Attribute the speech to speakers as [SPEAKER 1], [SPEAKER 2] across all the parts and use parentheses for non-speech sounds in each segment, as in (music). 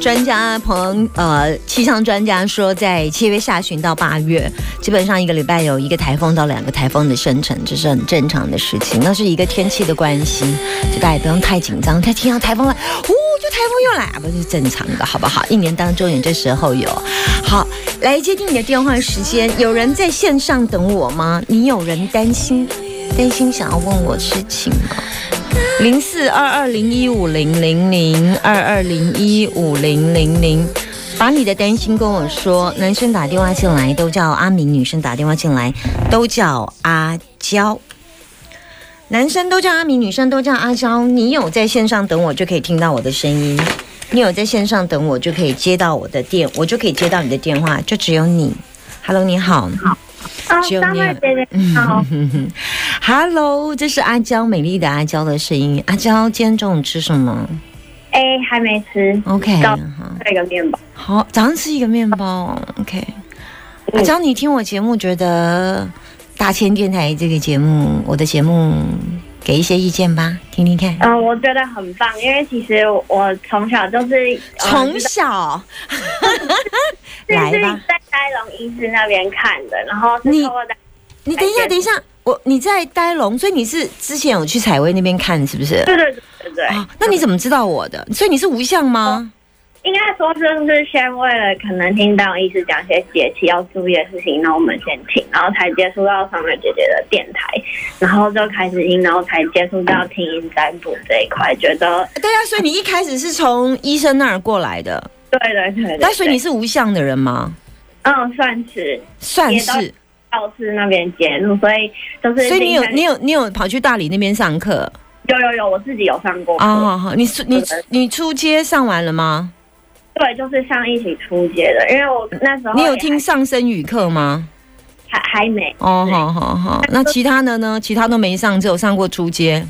[SPEAKER 1] 专家朋呃，气象专家说，在七月下旬到八月，基本上一个礼拜有一个台风到两个台风的生成，这是很正常的事情。那是一个天气的关系，就大家也不用太紧张。太听到台风来，呜、就台风又来，啊不是正常的，好不好？一年当中有这时候有。好，来接听你的电话时间，有人在线上等我吗？你有人担心担心想要问我事情吗？零四二二零一五零零零二二零一五零零零，把你的担心跟我说。男生打电话进来都叫阿明，女生打电话进来都叫阿娇。男生都叫阿明，女生都叫阿娇。你有在线上等我，就可以听到我的声音；你有在线上等我，就可以接到我的电，我就可以接到你的电话。就只有你。Hello，你好。
[SPEAKER 2] 啊，
[SPEAKER 1] 只有
[SPEAKER 2] 张
[SPEAKER 1] 你
[SPEAKER 2] 惠姐
[SPEAKER 1] 嗯
[SPEAKER 2] 姐好，
[SPEAKER 1] Hello，这是阿娇，美丽的阿娇的声音。阿娇，今天中午吃什么
[SPEAKER 2] 哎，还没吃，
[SPEAKER 1] ？OK，
[SPEAKER 2] 早
[SPEAKER 1] 好。
[SPEAKER 2] 那个面包，
[SPEAKER 1] 好，早上吃一个面包，OK。
[SPEAKER 2] 嗯
[SPEAKER 1] 阿娇，你听我节目觉得大千电台这个节目，我的节目给一些意见吧，听听看。
[SPEAKER 2] 嗯，我觉得很棒，因为其实我从小就是
[SPEAKER 1] 从
[SPEAKER 2] (laughs)
[SPEAKER 1] 小
[SPEAKER 2] 呃
[SPEAKER 1] 来
[SPEAKER 2] 就是
[SPEAKER 1] 吧，
[SPEAKER 2] 在呆龙医师那边看的，然后
[SPEAKER 1] 你
[SPEAKER 2] 是透过呆
[SPEAKER 1] 你等一下，
[SPEAKER 2] 哎
[SPEAKER 1] 等一下，我你在呆龙，所以你是之前有去采薇那边看是不是？
[SPEAKER 2] 对对对对对，
[SPEAKER 1] 啊，那你怎么知道我的？所以你是无相
[SPEAKER 2] 哦
[SPEAKER 1] 吗？
[SPEAKER 2] 应该说就是先为了可能听到医师讲一些节气要注意的事情，那我们先听，然后才接触到双儿姐姐的电台，然后就开始听，然后才接触到听音占卜这一块，觉得
[SPEAKER 1] 对啊，所以你一开始是从医生那儿过来的，
[SPEAKER 2] 对对对对，
[SPEAKER 1] 那所以你
[SPEAKER 2] 对
[SPEAKER 1] 是无相的人吗？
[SPEAKER 2] 嗯算是。
[SPEAKER 1] 算
[SPEAKER 2] 也都
[SPEAKER 1] 是。
[SPEAKER 2] 教室那边接入，所以就是
[SPEAKER 1] 所以你有
[SPEAKER 2] 今天
[SPEAKER 1] 你有你有跑去大理那边上课
[SPEAKER 2] 有有有，我自己有上过课，
[SPEAKER 1] 啊？好好，你出你
[SPEAKER 2] 对
[SPEAKER 1] 你出街上完了吗？
[SPEAKER 2] 对，就是上一起出街的，因为我那时候
[SPEAKER 1] 你有
[SPEAKER 2] 也
[SPEAKER 1] 听上声语课吗？
[SPEAKER 2] 还还还没，
[SPEAKER 1] 哦，好好好，那其他的呢？其他都没上，只有上过出街。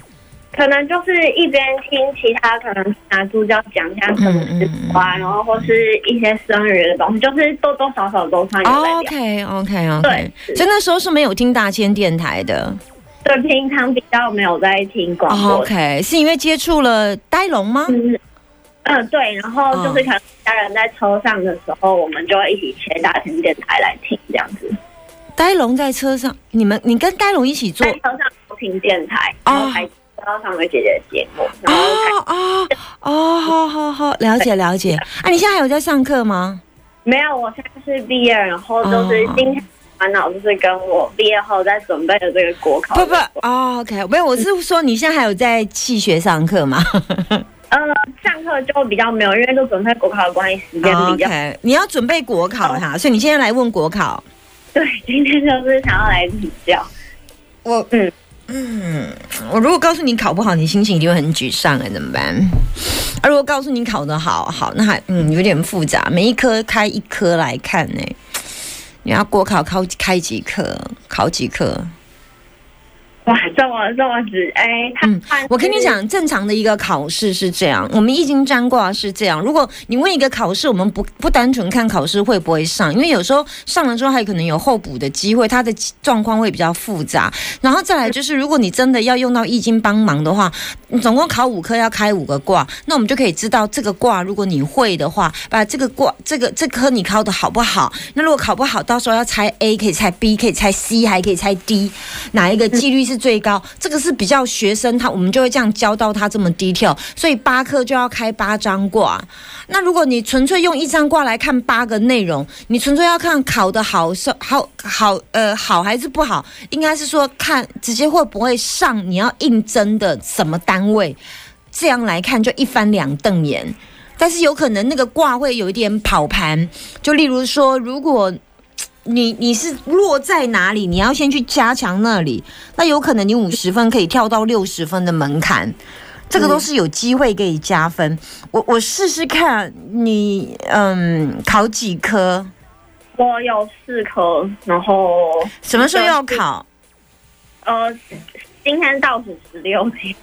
[SPEAKER 2] 可能就是一边听其他可能拿助教讲一下什么
[SPEAKER 1] 嗯嗯嗯
[SPEAKER 2] 是花，然后或是一些生日的东西，就是多多少少都算有在聊。
[SPEAKER 1] 哦 OK OK OK，
[SPEAKER 2] 对
[SPEAKER 1] 所以那时候是没有听大千电台的。
[SPEAKER 2] 对，平常比较没有在听广
[SPEAKER 1] 哦
[SPEAKER 2] 播。
[SPEAKER 1] OK，是因为接触了呆龙吗？
[SPEAKER 2] 嗯嗯，对，然后
[SPEAKER 1] 哦
[SPEAKER 2] 就是可能家人在车上的时候，我们就会一起切大成电台来听这样子，
[SPEAKER 1] 呆龙在车上，你们你跟呆龙一起坐
[SPEAKER 2] 在车上收听电台，然后才知道上回姐姐的节目，然后才
[SPEAKER 1] 哦哦哦，好好好，了解了解。啊，你现在还有在上课吗？
[SPEAKER 2] 没有，我现在是毕业，然后就是
[SPEAKER 1] 哦
[SPEAKER 2] 今天烦恼就是跟我毕业后在准备的这个国考。
[SPEAKER 1] 不不，哦，OK，没有，我是说你现在还有在气学上课吗
[SPEAKER 2] 呃，上课就比较没有，因为就准备国考的关系，时间比较、
[SPEAKER 1] 哦啊？OK，你要准备国考哈，所以你现在来问国考，
[SPEAKER 2] 对。今天就是想要来比较，
[SPEAKER 1] 我
[SPEAKER 2] 嗯
[SPEAKER 1] 嗯，我如果告诉你考不好，你心情一定会很沮丧哎，怎么办？而如果告诉你考得好，好，那还嗯有点复杂，每一科开一科来看呢、你要国考考开几科？考几科？
[SPEAKER 2] 哇，这么这么直哎，他、
[SPEAKER 1] 嗯
[SPEAKER 2] 他
[SPEAKER 1] 我跟你，讲，正常的一个考试是这样，我们易经占卦是这样。如果你问一个考试，我们不不单纯看考试会不会上，因为有时候上了之后还可能有候补的机会，它的状况会比较复杂。然后再来就是，如果你真的要用到易经帮忙的话，你总共考五科要开五个卦，那我们就可以知道这个卦，如果你会的话，把这个卦这个这科你考的好不好？那如果考不好，到时候要猜 A，可以猜 B，可以猜 C，还可以猜 D。哪一个几率是最高，这个是比较学生他，我们就会这样教到他这么 detail，所以八科就要开八张卦。那如果你纯粹用一张卦来看八个内容，你纯粹要看考的好是好好呃好还是不好，应该是说看直接会不会上你要应征的什么单位，这样来看就一翻两瞪眼。但是有可能那个卦会有一点跑盘，就例如说，如果你你是落在哪里，你要先去加强那里，那有可能你五十分可以跳到六十分的门槛，这个都是有机会可以加分。我我试试看你，嗯，考几科？
[SPEAKER 2] 我有四科，然后
[SPEAKER 1] 什么时候要考？
[SPEAKER 2] 呃今天倒数十六天，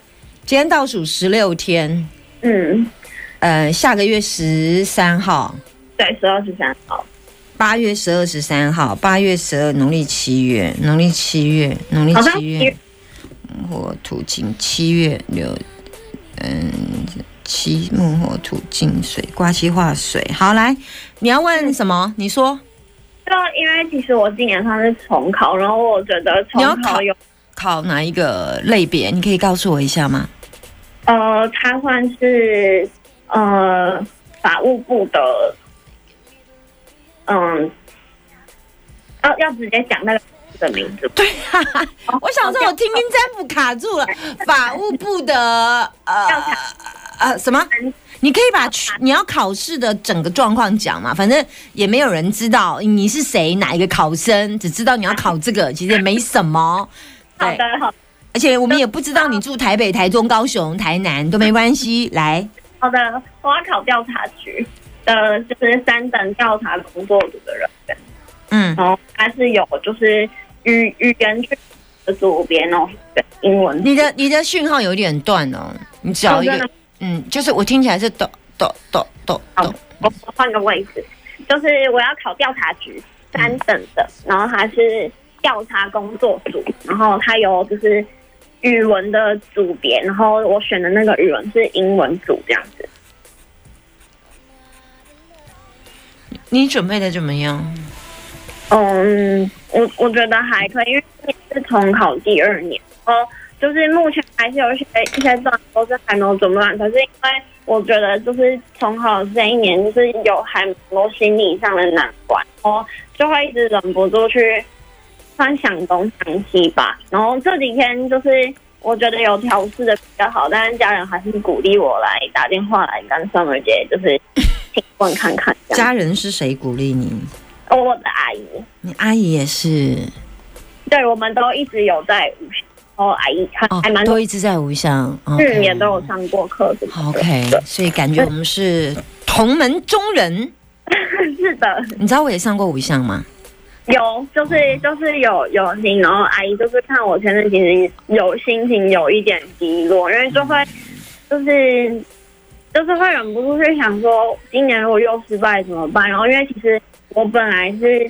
[SPEAKER 1] 今天倒数十六天，
[SPEAKER 2] 嗯，
[SPEAKER 1] 呃，下个月十三号，
[SPEAKER 2] 对，十二十三号，
[SPEAKER 1] 八月十二、十三号，八月十二，农历七月，农历七月，农历
[SPEAKER 2] 好像
[SPEAKER 1] 七月，火土金七月六，嗯，七木火土金水，刮气化水。好，来，你要问什么？你说
[SPEAKER 2] 就因为其实我今年算是重考，然后我觉得重
[SPEAKER 1] 你要考
[SPEAKER 2] 考有
[SPEAKER 1] 考哪一个类别？你可以告诉我一下吗？
[SPEAKER 2] 呃，他算是呃法务部的，嗯，要、要直接讲那个的名字吗，
[SPEAKER 1] 对啊，我想说，我听听占卜卡住了。法务部的呃
[SPEAKER 2] 调查
[SPEAKER 1] 呃什么？你可以把去你要考试的整个状况讲嘛，反正也没有人知道你是谁，哪一个考生，只知道你要考这
[SPEAKER 2] (laughs)
[SPEAKER 1] 个，其实也没什么。
[SPEAKER 2] 好
[SPEAKER 1] 对，
[SPEAKER 2] 的，好
[SPEAKER 1] 而且我们也不知道你住台北、台中、高雄、台南都没关
[SPEAKER 2] (laughs)
[SPEAKER 1] 系。来，
[SPEAKER 2] 好的，我要考调查局的，就是三等调查工作组的人员，
[SPEAKER 1] 嗯，
[SPEAKER 2] 然后他是有就是语语言去的组别那种英文，
[SPEAKER 1] 你的你的讯号有点断哦，你找一
[SPEAKER 2] 哦真的
[SPEAKER 1] 个，嗯，就是我听起来是抖抖抖抖
[SPEAKER 2] 好
[SPEAKER 1] 抖，，
[SPEAKER 2] 我我换个位置，就是我要考调查局三等的，然后它是调查工作组，然后它有就是语文的组别，然后我选的那个语文是英文组这样子。
[SPEAKER 1] 你准备的怎么样？
[SPEAKER 2] 嗯，我我觉得还可以，因为今年是重考第二年，然后就是目前还是有一些一些段都是还没有准备完，可是因为我觉得就是重考这一年就是有还蛮多心理上的难关，然后就会一直忍不住去翻想东想西吧。然后这几天就是我觉得有调试的比较好，但是家人还是鼓励我来打电话来跟 Summer 姐就是请问看看这样。
[SPEAKER 1] 家人是谁鼓励你？
[SPEAKER 2] 哦，我的阿姨。
[SPEAKER 1] 你阿姨也是
[SPEAKER 2] 对，我们都一直有在五十，哦，阿姨还
[SPEAKER 1] 哦
[SPEAKER 2] 还蛮，多
[SPEAKER 1] 都一直在五项，
[SPEAKER 2] 嗯，也都有上过课什
[SPEAKER 1] 好
[SPEAKER 2] 么的。
[SPEAKER 1] OK，所以感觉我们是同门中人。
[SPEAKER 2] 是的，
[SPEAKER 1] 你知道我也上过五项吗？
[SPEAKER 2] 有就是就是有有心，然后阿姨就是看我前阵其实有心情有一点低落，因为就会就是就是会忍不住去想说，今年如果又失败怎么办？然后因为其实我本来是。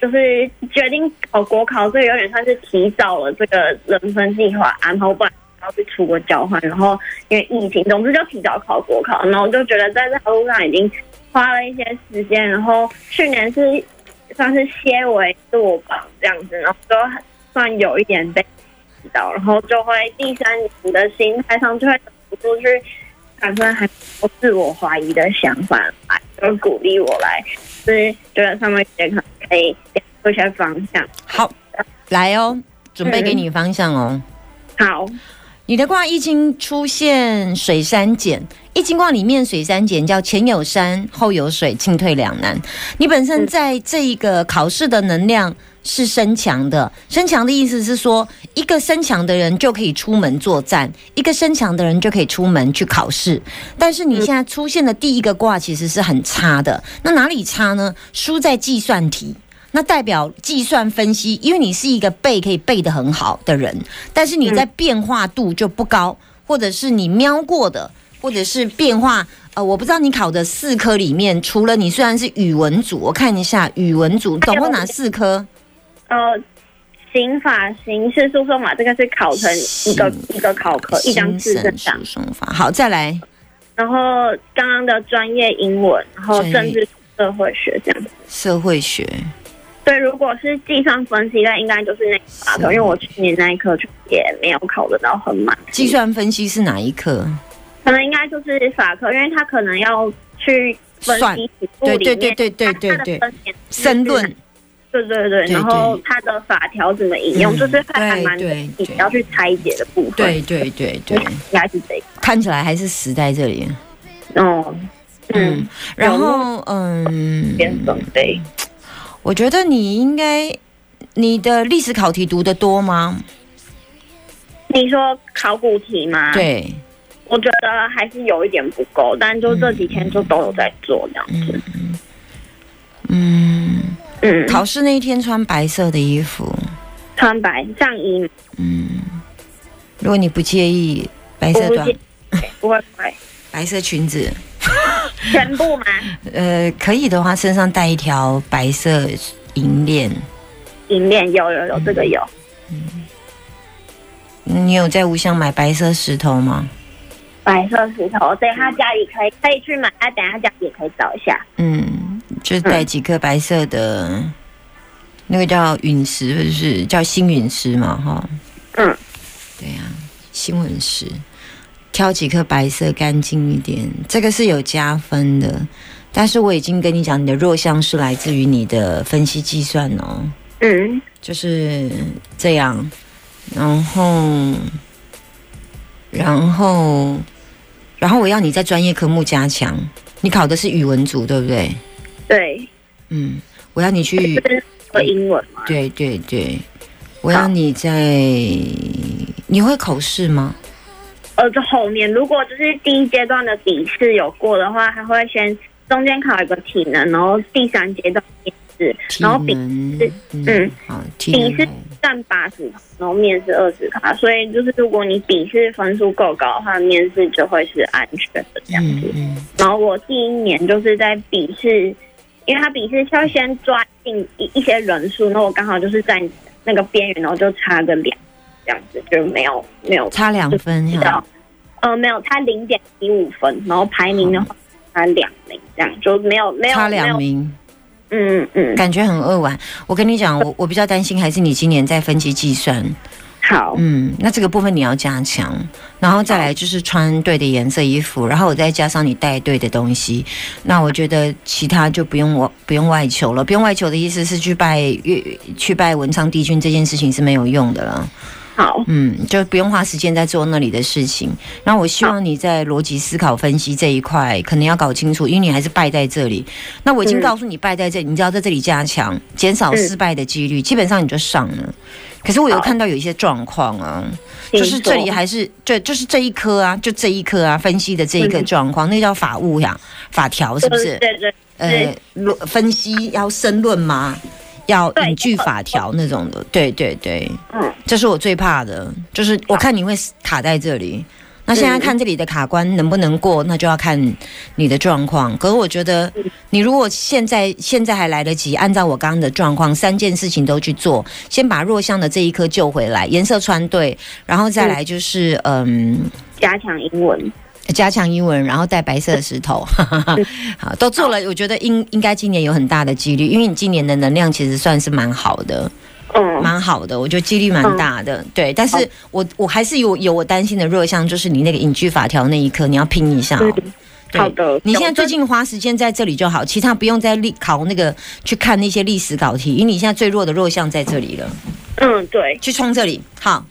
[SPEAKER 2] 就是决定考国考，这个有点算是提早了这个人生计划安排。我本来要去出国交换，然后因为疫情，总之就提早考国考。然后我就觉得在这条路上已经花了一些时间，然后去年是算是些微落榜这样子，然后就算有一点被知道，然后就会第三年的心态上就会忍不住去产生很多自我怀疑的想法来，就是鼓励我来，就是觉得上面也可能可以做一些方向。
[SPEAKER 1] 好，来哦，准备给
[SPEAKER 2] 嗯
[SPEAKER 1] 你方向哦。
[SPEAKER 2] 好，
[SPEAKER 1] 你的卦易经出现水山简，易经卦里面水山简叫前有山后有水，进退两难。你本身在这一个考试的能量是身强的，身强的意思是说，一个身强的人就可以出门作战，一个身强的人就可以出门去考试。但是你现在出现的第一个卦其实是很差的，那哪里差呢？输在计算题。那代表计算分析，因为你是一个背可以背得很好的人，但是你在变化度就不高，或者是你瞄过的，或者是变化。呃，我不知道你考的四科里面，除了你虽然是语文组，我看一下语文组总共哪四科？
[SPEAKER 2] 呃。刑法、刑事诉讼法，这个是考成一个一个考科，一张
[SPEAKER 1] 精
[SPEAKER 2] 试
[SPEAKER 1] 神
[SPEAKER 2] 证
[SPEAKER 1] 诉
[SPEAKER 2] 上。
[SPEAKER 1] 讼法。好，再来
[SPEAKER 2] 然后刚刚的专业英文，然后
[SPEAKER 1] 专业
[SPEAKER 2] 政治社会学这样子。
[SPEAKER 1] 社会学。
[SPEAKER 2] 对，如果是计算分析，那应该就是那个法科，因为我去年那一科就也没有考得到很满。
[SPEAKER 1] 计算分析是哪一科？
[SPEAKER 2] 可能应该就是法科，因为他可能要去分
[SPEAKER 1] 算
[SPEAKER 2] 析题目里面
[SPEAKER 1] 对对对对对
[SPEAKER 2] 它
[SPEAKER 1] 对
[SPEAKER 2] 它的分析
[SPEAKER 1] 申论。
[SPEAKER 2] 对对对，
[SPEAKER 1] 对
[SPEAKER 2] 然后它的法条怎么引
[SPEAKER 1] 嗯
[SPEAKER 2] 用，就是它还蛮
[SPEAKER 1] 对对对
[SPEAKER 2] 要去拆解的部分。
[SPEAKER 1] 对对对对，
[SPEAKER 2] 应该是这个。
[SPEAKER 1] 看起来还是死在这里。
[SPEAKER 2] 哦，嗯，
[SPEAKER 1] 嗯，然后嗯，
[SPEAKER 2] 边准备。
[SPEAKER 1] 我觉得你应该，你的历史考题读得多吗？
[SPEAKER 2] 你说考古题吗？，
[SPEAKER 1] 对，
[SPEAKER 2] 我觉得还是有一点不够，但就这几天就都有在做这样子。
[SPEAKER 1] 嗯，
[SPEAKER 2] 嗯，
[SPEAKER 1] 考试那一天穿白色的衣服，
[SPEAKER 2] 穿白上衣，
[SPEAKER 1] 如果你不介意白
[SPEAKER 2] 我
[SPEAKER 1] 色
[SPEAKER 2] 不
[SPEAKER 1] 短
[SPEAKER 2] 介不会不会，
[SPEAKER 1] 白色裙子，
[SPEAKER 2] 全部
[SPEAKER 1] (laughs)
[SPEAKER 2] 吗？
[SPEAKER 1] 呃，可以的话身上带一条白色银链。
[SPEAKER 2] 银链有有
[SPEAKER 1] 嗯
[SPEAKER 2] 有，这个有，
[SPEAKER 1] 你有在无相买白色石头吗？
[SPEAKER 2] 白色石头，对他家里可以可以去买，他等下家里也可以找一下。
[SPEAKER 1] 嗯，就带几颗白色的，那个叫陨石，不是叫星陨石嘛？哈，
[SPEAKER 2] 嗯，
[SPEAKER 1] 对呀、星陨石，挑几颗白色干净一点，这个是有加分的。但是我已经跟你讲，你的弱项是来自于你的分析计算哦，
[SPEAKER 2] 嗯，
[SPEAKER 1] 就是这样。然后，然后，然后我要你在专业科目加强。你考的是语文组，对不对？
[SPEAKER 2] 对，
[SPEAKER 1] 嗯，我要你去，
[SPEAKER 2] 说英文吗？
[SPEAKER 1] 对对对，我要你在，你会口试吗？
[SPEAKER 2] 呃，这后面如果就是第一阶段的笔试有过的话，他会先中间考一个体能，然后第三阶段面试，
[SPEAKER 1] 体
[SPEAKER 2] 然后笔
[SPEAKER 1] 能，
[SPEAKER 2] 嗯，
[SPEAKER 1] 好，体
[SPEAKER 2] 笔
[SPEAKER 1] 能
[SPEAKER 2] 试占八十，然后面试二十卡，所以就是如果你笔试分数够高的话，面试就会是安全的这样
[SPEAKER 1] 嗯
[SPEAKER 2] 子。
[SPEAKER 1] 嗯，
[SPEAKER 2] 然后我第一年就是在笔试，因为他笔试需要先抓进一一些人数，那我刚好就是在那个边缘，然后就差个两，这样子就没有没有
[SPEAKER 1] 差两分哈
[SPEAKER 2] 到，，呃，没有，他零点一五分，然后排名的话他两名，这样就没有没有
[SPEAKER 1] 差
[SPEAKER 2] 没
[SPEAKER 1] 两
[SPEAKER 2] 有，
[SPEAKER 1] 名，
[SPEAKER 2] 嗯嗯，
[SPEAKER 1] 感觉很扼腕。我跟你讲，我我比较担心还是你今年在分析计算，
[SPEAKER 2] 好，
[SPEAKER 1] 嗯，那这个部分你要加强，然后再来就是穿对的颜色衣服，然后我再加上你带对的东西，那我觉得其他就不用我不用外求了。不用外求的意思是去拜月去拜文昌帝君这件事情是没有用的了，
[SPEAKER 2] 好，
[SPEAKER 1] 嗯，就不用花时间在做那里的事情。那我希望你在逻辑思考分析这一块可能要搞清楚，因为你还是败在这里。那我已经
[SPEAKER 2] 嗯
[SPEAKER 1] 告诉你败在这里，你只要在这里加强，减少
[SPEAKER 2] 嗯
[SPEAKER 1] 失败的几率，基本上你就上了。可是我有
[SPEAKER 2] 好
[SPEAKER 1] 看到有一些状况啊，
[SPEAKER 2] 嗯请
[SPEAKER 1] 就是这里
[SPEAKER 2] 说
[SPEAKER 1] 还是这，就是这一科啊，就这一科啊，分析的这一个
[SPEAKER 2] 嗯
[SPEAKER 1] 状况，那叫法务呀，法条是不是？
[SPEAKER 2] 对对
[SPEAKER 1] 呃，论分析要申论吗？要
[SPEAKER 2] 对
[SPEAKER 1] 引据法条那种的，对对对，
[SPEAKER 2] 嗯，
[SPEAKER 1] 这是我最怕的，就是我看你会卡在这里。那现在看这里的卡关能不能过，那就要看你的状况。可是我觉得，你如果现在现在还来得及，按照我刚刚的状况，三件事情都去做，先把弱项的这一颗救回来，颜色穿对，然后再来就是嗯
[SPEAKER 2] 加强英文，
[SPEAKER 1] 加强英文，然后带白色的石头， (laughs) 好，都做了。我觉得应应该今年有很大的几率，因为你今年的能量其实算是蛮好的，
[SPEAKER 2] 嗯，
[SPEAKER 1] 蛮好的，我觉得几率蛮大的。对，但
[SPEAKER 2] 好
[SPEAKER 1] 是我我还是有有我担心的弱项，就是你那个隐居法条那一刻，你要拼一下、哦。
[SPEAKER 2] 嗯
[SPEAKER 1] 对
[SPEAKER 2] 好的
[SPEAKER 1] 你现在
[SPEAKER 2] 有
[SPEAKER 1] 最近花时间在这里就好，其他不用再历考那个去看那些历史考题，因为你现在最弱的弱项在这里了，
[SPEAKER 2] 嗯，对，
[SPEAKER 1] 去冲这里。好，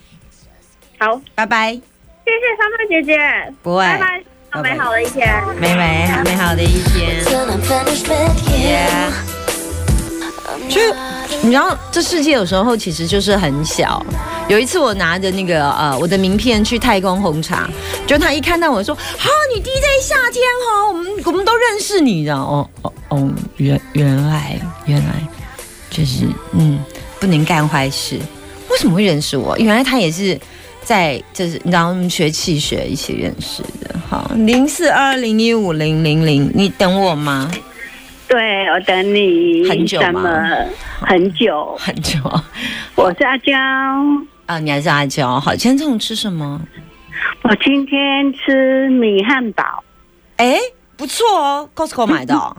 [SPEAKER 2] 好，
[SPEAKER 1] 拜拜，
[SPEAKER 2] 谢谢三妹姐姐，
[SPEAKER 1] 不会，
[SPEAKER 2] 拜拜，有美好的一天。
[SPEAKER 1] 美美美好的一天。
[SPEAKER 3] Till I'm finished with you.
[SPEAKER 1] Yeah. 就是你知道，这世界有时候其实就是很小。有一次我拿着那个呃我的名片去太空红茶，就他一看到我说：“哈、你 DJ 夏天哦，我们我们都认识你的哦哦哦，原原来原来就是嗯，不能干坏事。为什么会认识我？原来他也是在就是你知道我们学气学一起认识的。好，零四二零一五零零零，你等我吗？
[SPEAKER 4] 对，我等你
[SPEAKER 1] 很久吗
[SPEAKER 4] 什么？很久。
[SPEAKER 1] 很久。”
[SPEAKER 4] 我是阿娇，
[SPEAKER 1] 啊，你还是阿娇好。今天中午吃什么？
[SPEAKER 4] 我今天吃米汉堡，
[SPEAKER 1] 哎，不错哦，Costco 买的哦。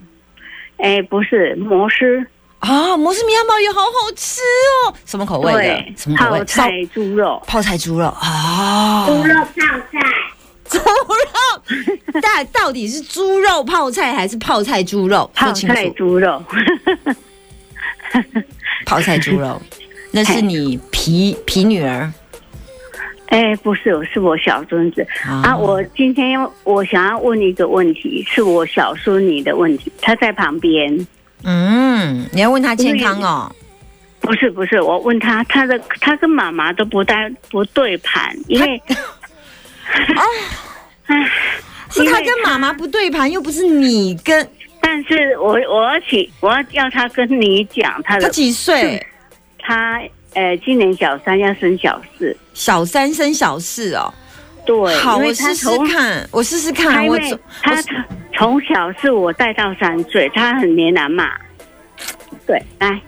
[SPEAKER 4] 哎，不是摩斯，
[SPEAKER 1] 啊，摩斯米汉堡也好好吃哦。什么口味
[SPEAKER 4] 对
[SPEAKER 1] 的？什，么口
[SPEAKER 4] 泡
[SPEAKER 1] 味？烧
[SPEAKER 4] 菜猪肉，
[SPEAKER 1] 泡菜猪肉啊，
[SPEAKER 2] 猪肉泡菜，
[SPEAKER 1] 猪肉， (laughs) 但到底是猪肉泡菜还是泡菜猪肉？
[SPEAKER 4] 泡
[SPEAKER 1] 说清
[SPEAKER 4] 菜
[SPEAKER 1] 楚，
[SPEAKER 4] 猪肉，
[SPEAKER 1] 泡菜猪 (laughs) 肉，那是你皮皮女儿
[SPEAKER 4] 哎，不是，是我小孙子啊。我今天我想要问一个问题，是我小孙女的问题，她在旁边。
[SPEAKER 1] 嗯，你要问她健康哦。
[SPEAKER 4] 不是不是，我问她，她的她跟妈妈都不搭不对盘，因
[SPEAKER 1] (laughs)
[SPEAKER 4] 为
[SPEAKER 1] 啊是她跟妈妈不对盘，又不是你跟
[SPEAKER 4] 但是我我要请我要要他跟你讲他
[SPEAKER 1] 她 (laughs)
[SPEAKER 4] 的
[SPEAKER 1] 几岁？
[SPEAKER 4] 他呃，今年小三要升小四，
[SPEAKER 1] 小三升小四哦。
[SPEAKER 4] 对，
[SPEAKER 1] 好，
[SPEAKER 4] 因
[SPEAKER 1] 我
[SPEAKER 4] 为他
[SPEAKER 1] 试试
[SPEAKER 4] 从
[SPEAKER 1] 看，我试试看，
[SPEAKER 4] 他因
[SPEAKER 1] 我
[SPEAKER 4] 为
[SPEAKER 1] 走
[SPEAKER 4] 他从小是我带到三岁，他很黏人嘛。对，来，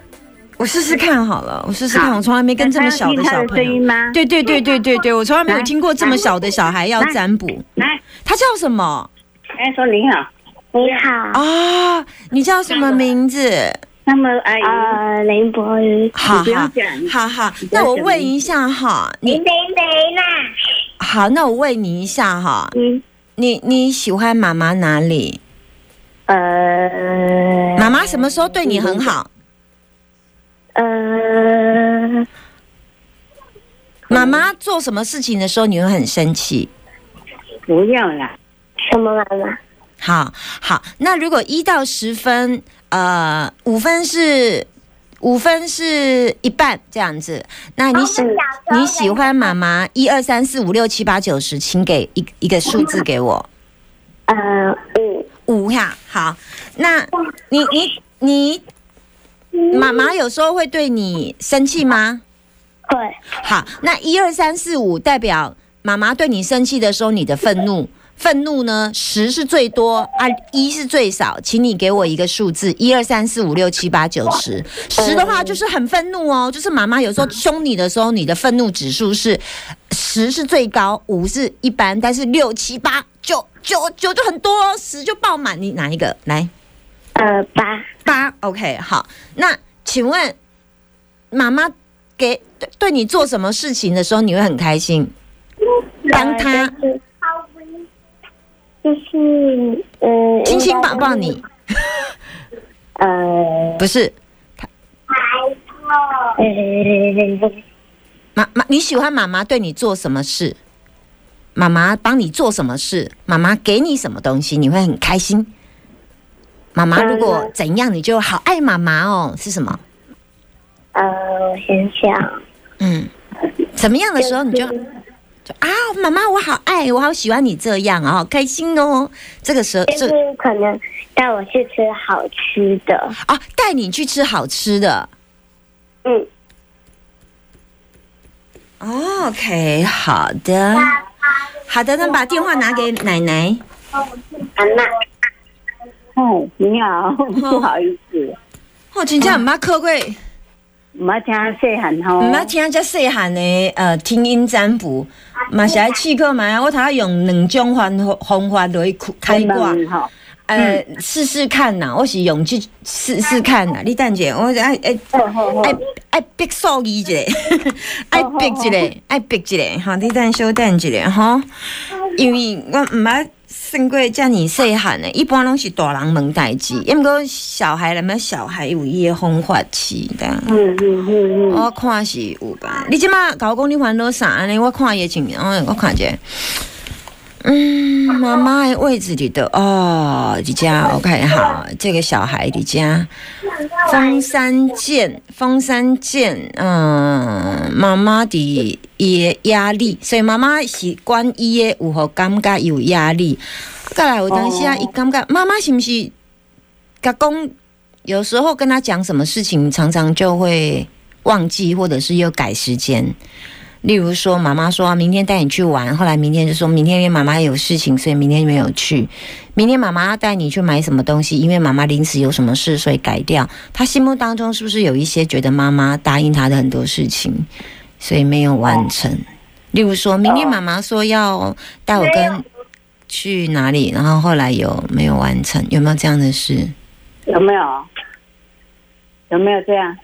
[SPEAKER 1] 我试试看好了，我试试看，
[SPEAKER 4] 好
[SPEAKER 1] 我从来没跟这么小
[SPEAKER 4] 那他要听他
[SPEAKER 1] 小
[SPEAKER 4] 的
[SPEAKER 1] 朋
[SPEAKER 4] 声
[SPEAKER 1] 友
[SPEAKER 4] 音。吗？
[SPEAKER 1] 对对对对对对，我从来没有
[SPEAKER 4] 来
[SPEAKER 1] 听过这么小的小孩要
[SPEAKER 4] 来
[SPEAKER 1] 占卜。
[SPEAKER 4] 来，
[SPEAKER 1] 他叫什么
[SPEAKER 4] 来说你好，
[SPEAKER 5] 你好，
[SPEAKER 1] 啊？你叫什么名字？
[SPEAKER 4] 那么阿姨，
[SPEAKER 5] 呃，林博宇，
[SPEAKER 1] 好
[SPEAKER 4] 你不要
[SPEAKER 1] 好
[SPEAKER 4] 讲
[SPEAKER 1] 好好，
[SPEAKER 4] 不
[SPEAKER 1] 那
[SPEAKER 4] 要
[SPEAKER 1] 我
[SPEAKER 4] 讲
[SPEAKER 1] 问
[SPEAKER 4] 名嗯
[SPEAKER 1] 一下哈，
[SPEAKER 5] 林
[SPEAKER 1] 你
[SPEAKER 5] 北北啦，
[SPEAKER 1] 好，那我问你一下哈，
[SPEAKER 5] 嗯，
[SPEAKER 1] 你你喜欢妈妈哪里？
[SPEAKER 5] 呃，
[SPEAKER 1] 妈妈什么时候对你很好？
[SPEAKER 4] 嗯
[SPEAKER 5] 呃，
[SPEAKER 1] 妈妈做什么事情的时候你会很生气？
[SPEAKER 4] 不要啦，
[SPEAKER 5] 什么妈妈？
[SPEAKER 1] 好好，那如果一到十分，呃，五分是五分是一半这样子，
[SPEAKER 5] 哦
[SPEAKER 1] 那你喜、你喜欢妈妈一二三四五六七八九十，请给一一个数字给我
[SPEAKER 5] 呃，五，
[SPEAKER 1] 五呀。好，那你你你
[SPEAKER 5] 嗯
[SPEAKER 1] 妈妈有时候会对你生气吗？
[SPEAKER 5] 会，
[SPEAKER 1] 好，那一二三四五代表妈妈对你生气的时候，你的愤怒。愤怒呢，十是最多啊，一是最少，请你给我一个数字，一二三四五六七八九十。十的话就是很愤怒哦，就是妈妈有时候凶你的时候，你的愤怒指数是十是最高，五是一般，但是六七八九九九就很多、哦，十就爆满。你哪一个来？
[SPEAKER 5] 呃，八，
[SPEAKER 1] 八，OK，好。那请问妈妈给对对你做什么事情的时候，你会很开心？当他
[SPEAKER 5] 呃就是就是，嗯，
[SPEAKER 1] 亲亲抱抱你，
[SPEAKER 5] (laughs) 呃，
[SPEAKER 1] 不是
[SPEAKER 5] 呃，
[SPEAKER 1] 妈妈？你喜欢妈妈对你做什么事？妈妈帮你做什么事？妈妈给你什么东西，你会很开心？妈妈如果
[SPEAKER 5] 呃
[SPEAKER 1] 怎样，你就好爱妈妈哦。是什么？
[SPEAKER 5] 呃，我想想，
[SPEAKER 1] 嗯，怎么样的时候你就就啊，妈妈，我好爱，我好喜欢你这样哦，好开心哦。这个时候，
[SPEAKER 5] 就
[SPEAKER 1] 这
[SPEAKER 5] 是可能带我去吃好吃的，
[SPEAKER 1] 啊，带你去吃好吃的。
[SPEAKER 5] 嗯，
[SPEAKER 1] 哦 OK，好的，好的，那把电话拿给奶奶。
[SPEAKER 5] 阿妈，
[SPEAKER 4] 哦，你好， (laughs) 不好意思，
[SPEAKER 1] 哦，真正唔捌考过，唔
[SPEAKER 4] 唔要听细汉吼，
[SPEAKER 1] 捌听遮细汉的呃听音占卜，嘛是爱试看嘛。我头下用两种方法方法来开挂，
[SPEAKER 4] 吼，
[SPEAKER 1] 呃，试试看呐。我是用去试试看呐。你等者，我爱爱
[SPEAKER 4] 好好好
[SPEAKER 1] 爱爱逼数字一个，爱逼一个，爱逼一个。好，你等稍等一下吼，因为我毋捌算过遮尔细汉的，一般拢是大人问代志，因过小孩咱们小孩有伊的方法饲的。
[SPEAKER 4] 嗯嗯嗯嗯，
[SPEAKER 1] 我看是有吧。你即马甲我讲你烦恼啥安尼？我看伊的情形，我我看者。嗯，妈妈的位置里头哦，你家 OK 好，这个小孩你家峰山健，峰山健，嗯，妈妈的伊的压力，所以妈妈是管伊的有互感觉有压力。再来有当时啊，伊感觉妈妈是不是甲讲，有时候跟他讲什么事情，常常就会忘记，或者是又改时间。例如说，妈妈说、啊、明天带你去玩，后来明天就说明天因为妈妈有事情，所以明天没有去。明天妈妈要带你去买什么东西，因为妈妈临时有什么事，所以改掉。他心目当中是不是有一些觉得妈妈答应他的很多事情，所以没有完成？例如说，明天妈妈说要带我跟去哪里，然后后来有没有完成？有没有这样的事？
[SPEAKER 4] 有没有？有没有这样？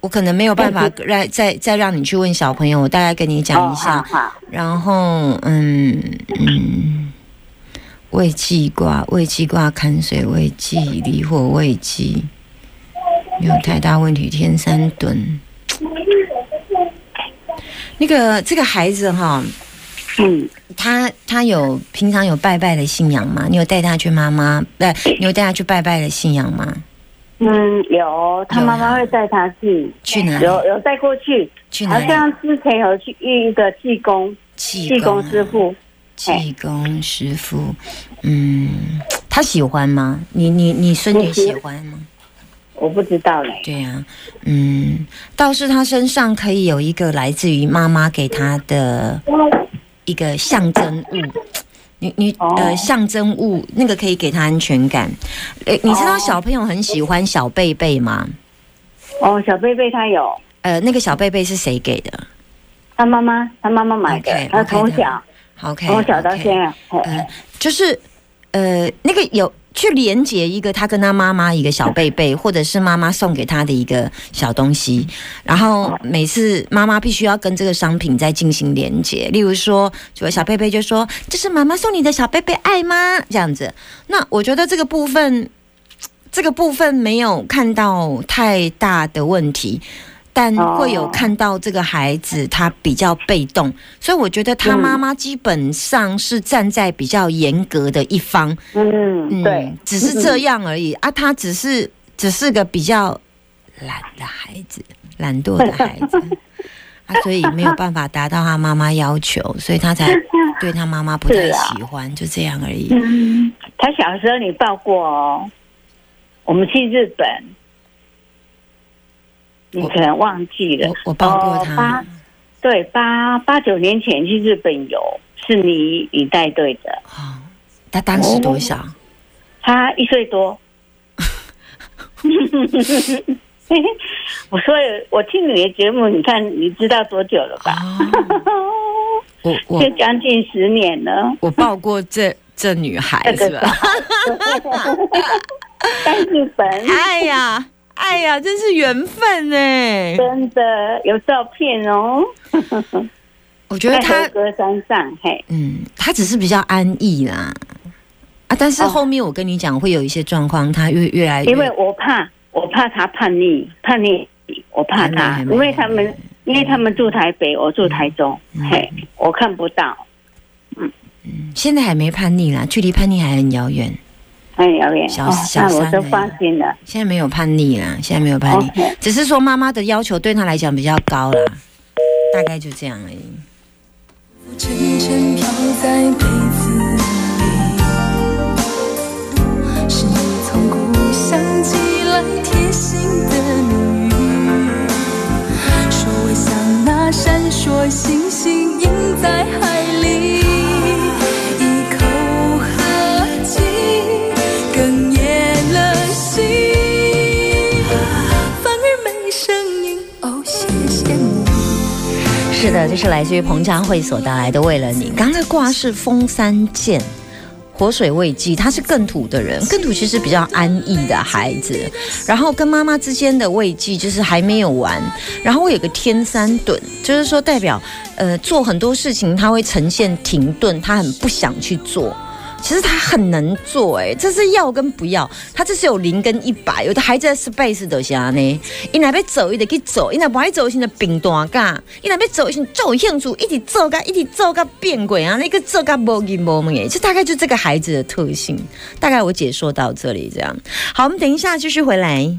[SPEAKER 1] 我可能没有办法让再再让你去问小朋友，我大概跟你讲
[SPEAKER 4] 哦，
[SPEAKER 1] 一
[SPEAKER 4] 好
[SPEAKER 1] 下。
[SPEAKER 4] 好，
[SPEAKER 1] 然后，嗯嗯，未记卦，未记卦坎水未济，离火未济，没有太大问题。天山遁，那个这个孩子哈、
[SPEAKER 4] 嗯，
[SPEAKER 1] 他他有平常有拜拜的信仰吗？你有带他去妈妈，呃，你有带他去拜拜的信仰吗？
[SPEAKER 4] 嗯，有，他妈妈会带他去，
[SPEAKER 1] 去哪里
[SPEAKER 4] 有有带过去，
[SPEAKER 1] 去哪
[SPEAKER 4] 好
[SPEAKER 1] 里？
[SPEAKER 4] 像之前有去遇一个济公，
[SPEAKER 1] 气啊
[SPEAKER 4] 济公师傅，
[SPEAKER 1] 济公师傅，嗯，他喜欢吗？你你你孙女喜欢吗？
[SPEAKER 2] 我不知道嘞。
[SPEAKER 1] 对呀、啊嗯，倒是他身上可以有一个来自于妈妈给他的
[SPEAKER 5] 嗯
[SPEAKER 1] 一个象征物。你你呃象征物那个可以给他安全感，呃，你知道小朋友很喜欢小贝贝吗？
[SPEAKER 2] 哦，小贝贝他有，
[SPEAKER 1] 呃，那个小贝贝是谁给的
[SPEAKER 2] 他妈妈，他妈妈买的
[SPEAKER 1] OK，
[SPEAKER 2] 他
[SPEAKER 1] OK
[SPEAKER 2] 从
[SPEAKER 1] 的
[SPEAKER 2] 小
[SPEAKER 1] ？OK，
[SPEAKER 2] 从哦小到
[SPEAKER 1] OK
[SPEAKER 2] 现在，
[SPEAKER 1] 呃，就是呃，那个有去连接一个他跟他妈妈一个小贝贝，或者是妈妈送给他的一个小东西，然后每次妈妈必须要跟这个商品再进行连接，例如说，就小贝贝就说：“这是妈妈送你的小贝贝，爱吗？”这样子。那我觉得这个部分，这个部分没有看到太大的问题。但会有
[SPEAKER 2] 哦
[SPEAKER 1] 看到这个孩子他比较被动，所以我觉得他妈妈基本上是站在比较严格的一方，
[SPEAKER 2] 嗯，对，，
[SPEAKER 1] 只是这样而已啊，他只是只是个比较懒的孩子，懒惰的孩
[SPEAKER 2] (laughs)
[SPEAKER 1] 子。啊，所以没有办法达到他妈妈要求，所以他才对他妈妈不太
[SPEAKER 2] 是啊
[SPEAKER 1] 喜欢，就这样而已。
[SPEAKER 2] 嗯，他小时候你抱过哦，我们去日本，你
[SPEAKER 1] 我
[SPEAKER 2] 可能忘记了
[SPEAKER 1] 我，我抱过
[SPEAKER 2] 哦八
[SPEAKER 1] 他，
[SPEAKER 2] 对，八八九年前去日本游，是你你带队的，
[SPEAKER 1] 哦，他当时多小？
[SPEAKER 2] 他一岁多。 (laughs) 我说，我听你的节目，你看你知道多久了吧？
[SPEAKER 1] 哦，我我
[SPEAKER 2] (laughs) 就将近十年了。
[SPEAKER 1] 我抱过这这女孩
[SPEAKER 2] 这
[SPEAKER 1] 是
[SPEAKER 2] 个
[SPEAKER 1] 吧？
[SPEAKER 2] 在日本
[SPEAKER 1] 哎呀，哎呀，真是缘分哎！
[SPEAKER 2] 真的有照片哦，
[SPEAKER 1] 我觉得
[SPEAKER 2] 在和
[SPEAKER 1] 他，
[SPEAKER 2] 歌山上，嘿，
[SPEAKER 1] 嗯，他只是比较安逸啦。啊，但是后面我跟你讲，会有一些状况，他越越来越，
[SPEAKER 2] 哦因为我怕，我怕他叛逆，叛逆，我怕他，
[SPEAKER 1] 还没还没嗯
[SPEAKER 2] 因为他们，因为他们住台北，我住台中，嘿，我看不到，
[SPEAKER 1] 现在还没叛逆啦，距离叛逆还很遥远。
[SPEAKER 2] 哎，遥远
[SPEAKER 1] 小
[SPEAKER 2] 哦，
[SPEAKER 1] 小
[SPEAKER 2] 那
[SPEAKER 1] 三
[SPEAKER 2] 我就
[SPEAKER 1] 而已
[SPEAKER 2] 放心了。
[SPEAKER 1] 现在没有叛逆啦，现在没有叛逆
[SPEAKER 2] OK
[SPEAKER 1] 只是说妈妈的要求对他来讲比较高啦，大概就这样而已。
[SPEAKER 6] 沉沉飘在被子里，是你从故乡寄来贴心的谜语，说我像那闪烁星星映在海里，一口喝尽，哽咽了心，反而没声音。哦，谢谢你。
[SPEAKER 1] 是的，这是来自于彭佳慧所带来的《为了你》。刚才挂是风三剑。活水未济，他是更土的人，更土其实比较安逸的孩子，然后跟妈妈之间的慰藉就是还没有完，然后我有个天三顿，就是说代表呃做很多事情他会呈现停顿，他很不想去做。其实他很能做、哎，这是要跟不要，他这是有零跟一百，有的孩子的 space 都是安尼，伊若要走，伊就去走，伊若不爱走，伊就平淡噶，伊若要走，伊就做有兴趣，一直做噶，一直做噶变鬼啊，那个做噶无根无门诶，这大概就这个孩子的特性，大概我解说到这里，这样，好，我们等一下继续回来。